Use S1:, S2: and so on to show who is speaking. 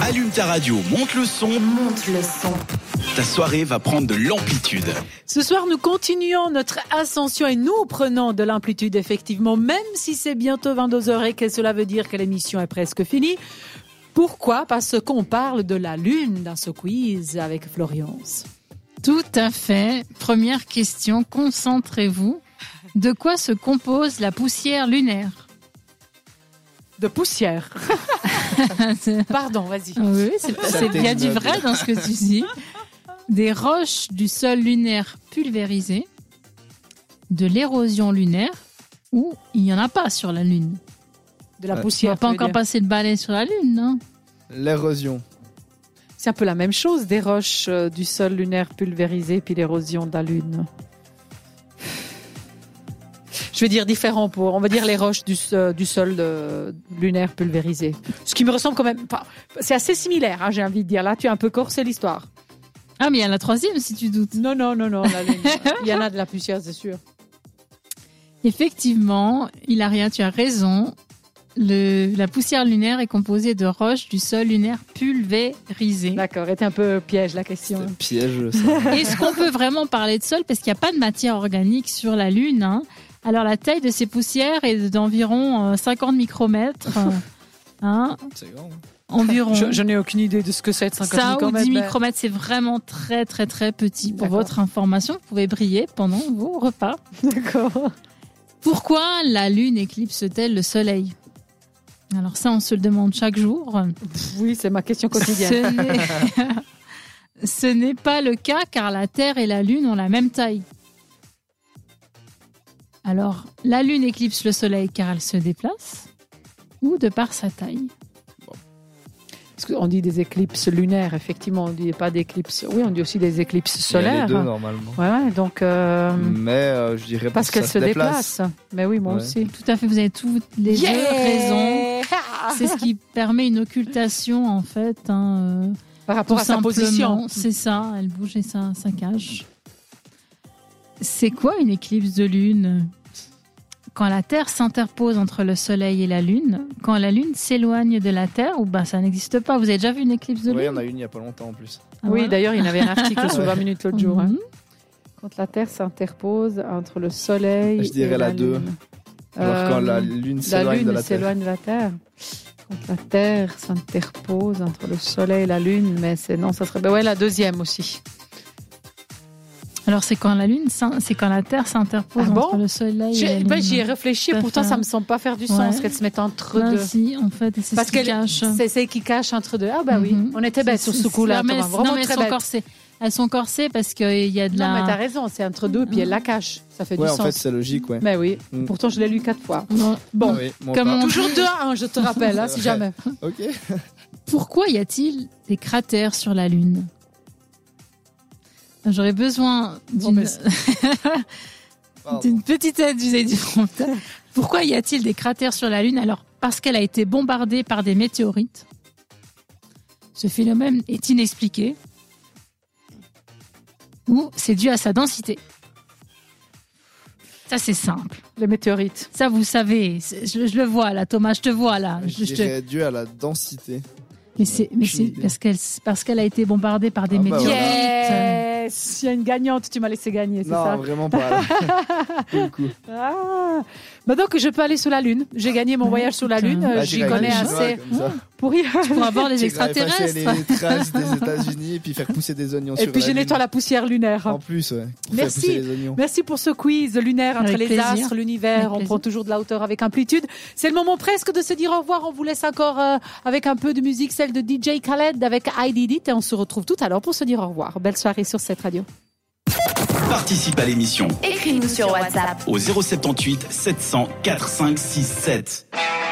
S1: Allume ta radio, monte le son,
S2: Monte le son.
S1: ta soirée va prendre de l'amplitude.
S3: Ce soir, nous continuons notre ascension et nous prenons de l'amplitude, effectivement, même si c'est bientôt 22h et que cela veut dire que l'émission est presque finie. Pourquoi Parce qu'on parle de la Lune dans ce quiz avec Florian.
S4: Tout à fait. Première question, concentrez-vous. De quoi se compose la poussière lunaire
S3: De poussière. Pardon, vas-y.
S4: Oui, c'est c'est bien du vrai dans ce que tu dis. Des roches du sol lunaire pulvérisées, de l'érosion lunaire, ou il n'y en a pas sur la Lune.
S3: De la
S5: Ouais.
S4: Tu
S3: poussière.
S4: vas pas
S3: tu veux
S4: encore
S3: dire.
S4: passer le balai sur la Lune, non
S5: L'érosion.
S3: C'est un peu la même chose, des roches euh, du sol lunaire pulvérisées puis l'érosion de la Lune. Je vais dire différent pour, on va dire les roches du, so- du sol euh, lunaire pulvérisé. Ce qui me ressemble quand même pas. C'est assez similaire, hein, j'ai envie de dire. Là, tu as un peu corsé l'histoire.
S4: Ah, mais il y a la troisième si tu doutes.
S3: Non, non, non, non. la Lune. Il y en a de la poussière, c'est sûr.
S4: Effectivement, Hilaria, tu as raison. Le- la poussière lunaire est composée de roches du sol lunaire pulvérisées.
S3: D'accord, était un peu piège la question.
S5: C'est un piège, ça.
S4: Est-ce qu'on peut vraiment parler de sol Parce qu'il n'y a pas de matière organique sur la Lune. hein. Alors la taille de ces poussières est d'environ euh, 50 micromètres. euh, hein,
S5: C'est grand.
S4: environ.
S3: Je, je n'ai aucune idée de ce que c'est de 50
S4: Ça ou
S3: micromètres,
S4: 10
S3: mais-
S4: micromètres, c'est vraiment très très très petit. Pour
S3: D'accord.
S4: votre information, vous pouvez briller pendant vos repas.
S3: D'accord.
S4: Pourquoi la Lune éclipse-t-elle le Soleil Alors ça, on se le demande chaque jour.
S3: Pff, Oui, c'est ma question quotidienne.
S4: Ce n'est... Ce n'est pas le cas car la Terre et la Lune ont la même taille. Alors, la Lune éclipse le Soleil car elle se déplace ou de par sa taille
S3: Parce qu'on dit des éclipses lunaires, effectivement, on dit pas d'éclipses. Oui, on dit aussi des éclipses
S5: Il y a
S3: solaires.
S5: les deux, normalement.
S3: Ouais, ouais, donc euh,
S5: Mais euh, je dirais
S3: parce qu'elles
S5: ça
S3: se déplacent. Mais oui, moi
S5: Ouais.
S3: aussi.
S4: Tout à fait, vous avez toutes les
S3: Yeah
S4: deux raisons. C'est ce qui permet une occultation en fait. hein, euh,
S3: Par rapport
S4: tout
S3: à sa
S4: simplement.
S3: position.
S4: C'est ça, elle bouge et ça, ça cache. C'est quoi une éclipse de lune Quand la Terre s'interpose entre le Soleil et la Lune, quand la Lune s'éloigne de la Terre, ou ben ça n'existe pas. Vous avez déjà vu une éclipse de
S5: Oui, il y
S4: lune
S5: en a une il n'y a pas longtemps en plus.
S4: Ah,
S3: oui,
S4: voilà.
S3: d'ailleurs, il y avait un article sur
S5: Ouais.
S3: 20 minutes l'autre jour. hein.
S4: Mhm.
S3: Ah Quand la Terre s'interpose entre le Soleil
S5: Je dirais
S3: et la,
S5: la deux.
S3: Lune.
S5: Genre quand la
S3: Euh,
S5: lune
S3: la
S5: s'éloigne de
S3: Lune
S5: la Terre.
S3: s'éloigne de la Terre. Quand la Terre s'interpose entre le Soleil et la Lune, mais c'est non, ça serait. Ben ouais, la deuxième aussi.
S4: Alors c'est quand la Lune, s'in- c'est quand la Terre s'interpose
S3: Ah bon
S4: entre le Soleil et la
S3: J'ai-
S4: Lune.
S3: ben, J'y ai réfléchi,
S4: Tout à
S3: pourtant
S4: fait.
S3: ça me semble pas faire du
S4: Ouais.
S3: sens qu'elles se mettent entre
S4: Ben
S3: deux.
S4: si, en fait, et c'est
S3: Parce
S4: ce qui
S3: qu'elle-
S4: cache.
S3: C'est celle qui cache entre deux. Ah bah oui,
S4: Mhm.
S3: on était bêtes sur ce coup-là.
S4: Non, mais,
S3: Thomas,
S4: non,
S3: Vraiment
S4: mais
S3: très
S4: elles sont
S3: bêtes.
S4: corsées. Elles sont corsées parce qu'il y a de
S3: Non, mais t'as
S4: la.
S3: raison, c'est entre deux, puis elle la cache. Ça fait
S5: Ouais,
S3: du
S5: en
S3: sens.
S5: fait, c'est logique, ouais.
S3: Mais oui,
S5: Mm.
S3: pourtant je l'ai lu quatre fois.
S4: Non.
S3: Bon,
S5: Oui, moi
S4: Comme
S5: pas.
S3: toujours 2 à 1, je te rappelle, hein, si jamais.
S5: Ok.
S4: Pourquoi y a-t-il des cratères sur la Lune J'aurais besoin
S3: Bon,
S4: d'une
S3: mais
S5: Pardon.
S4: d'une petite aide du du prompteur. Pourquoi y a-t-il des cratères sur la Lune Alors, parce qu'elle a été bombardée par des météorites. Ce phénomène est inexpliqué. Ou c'est dû à sa densité. Ça, c'est simple.
S3: Les météorites.
S4: Ça, vous savez. C'est- Je, je le vois là, Thomas, je te vois là. Je-
S5: Je
S4: je te-
S5: dirais dû à la densité.
S4: Mais c'est mais c'est
S5: Aucune idée.
S4: parce qu'elle parce qu'elle a été bombardée par des
S5: Ah bah
S4: météorites.
S3: Yes Il y a une gagnante, tu m'as laissé gagner, c'est
S5: Non,
S3: ça
S5: vraiment pas. là. Pour le coup.
S3: ah. Bah Donc je peux aller sous la Lune. J'ai gagné mon
S4: Ouais,
S3: voyage sous la
S4: putain.
S3: Lune, euh,
S5: Là,
S3: j'y
S5: Bah, j'irais
S3: connais
S5: avec les
S3: assez Hum,
S5: Chinois, comme ça.
S3: pour y
S4: pour avoir les
S5: J'irais effacer
S4: extraterrestres.
S5: les traces des États-Unis et puis faire pousser des oignons
S3: Et
S5: sur
S3: puis
S5: la
S3: je
S5: Lune.
S3: nettoie la poussière lunaire.
S5: En plus, ouais. Pour
S3: Merci.
S5: Faire pousser les oignons.
S3: Merci pour ce quiz lunaire entre
S4: Avec
S3: les
S4: plaisir.
S3: astres,
S4: Avec
S3: l'univers. On
S4: plaisir.
S3: prend toujours de la hauteur avec amplitude. C'est le moment presque de se dire au revoir. On vous laisse encore euh, avec un peu de musique, celle de DJ Khaled avec I Did It. Et on se retrouve tout à l'heure pour se dire au revoir. Belle soirée sur cette radio.
S1: Participe à l'émission
S2: Écris-nous sur WhatsApp.
S1: au 078 700 4567.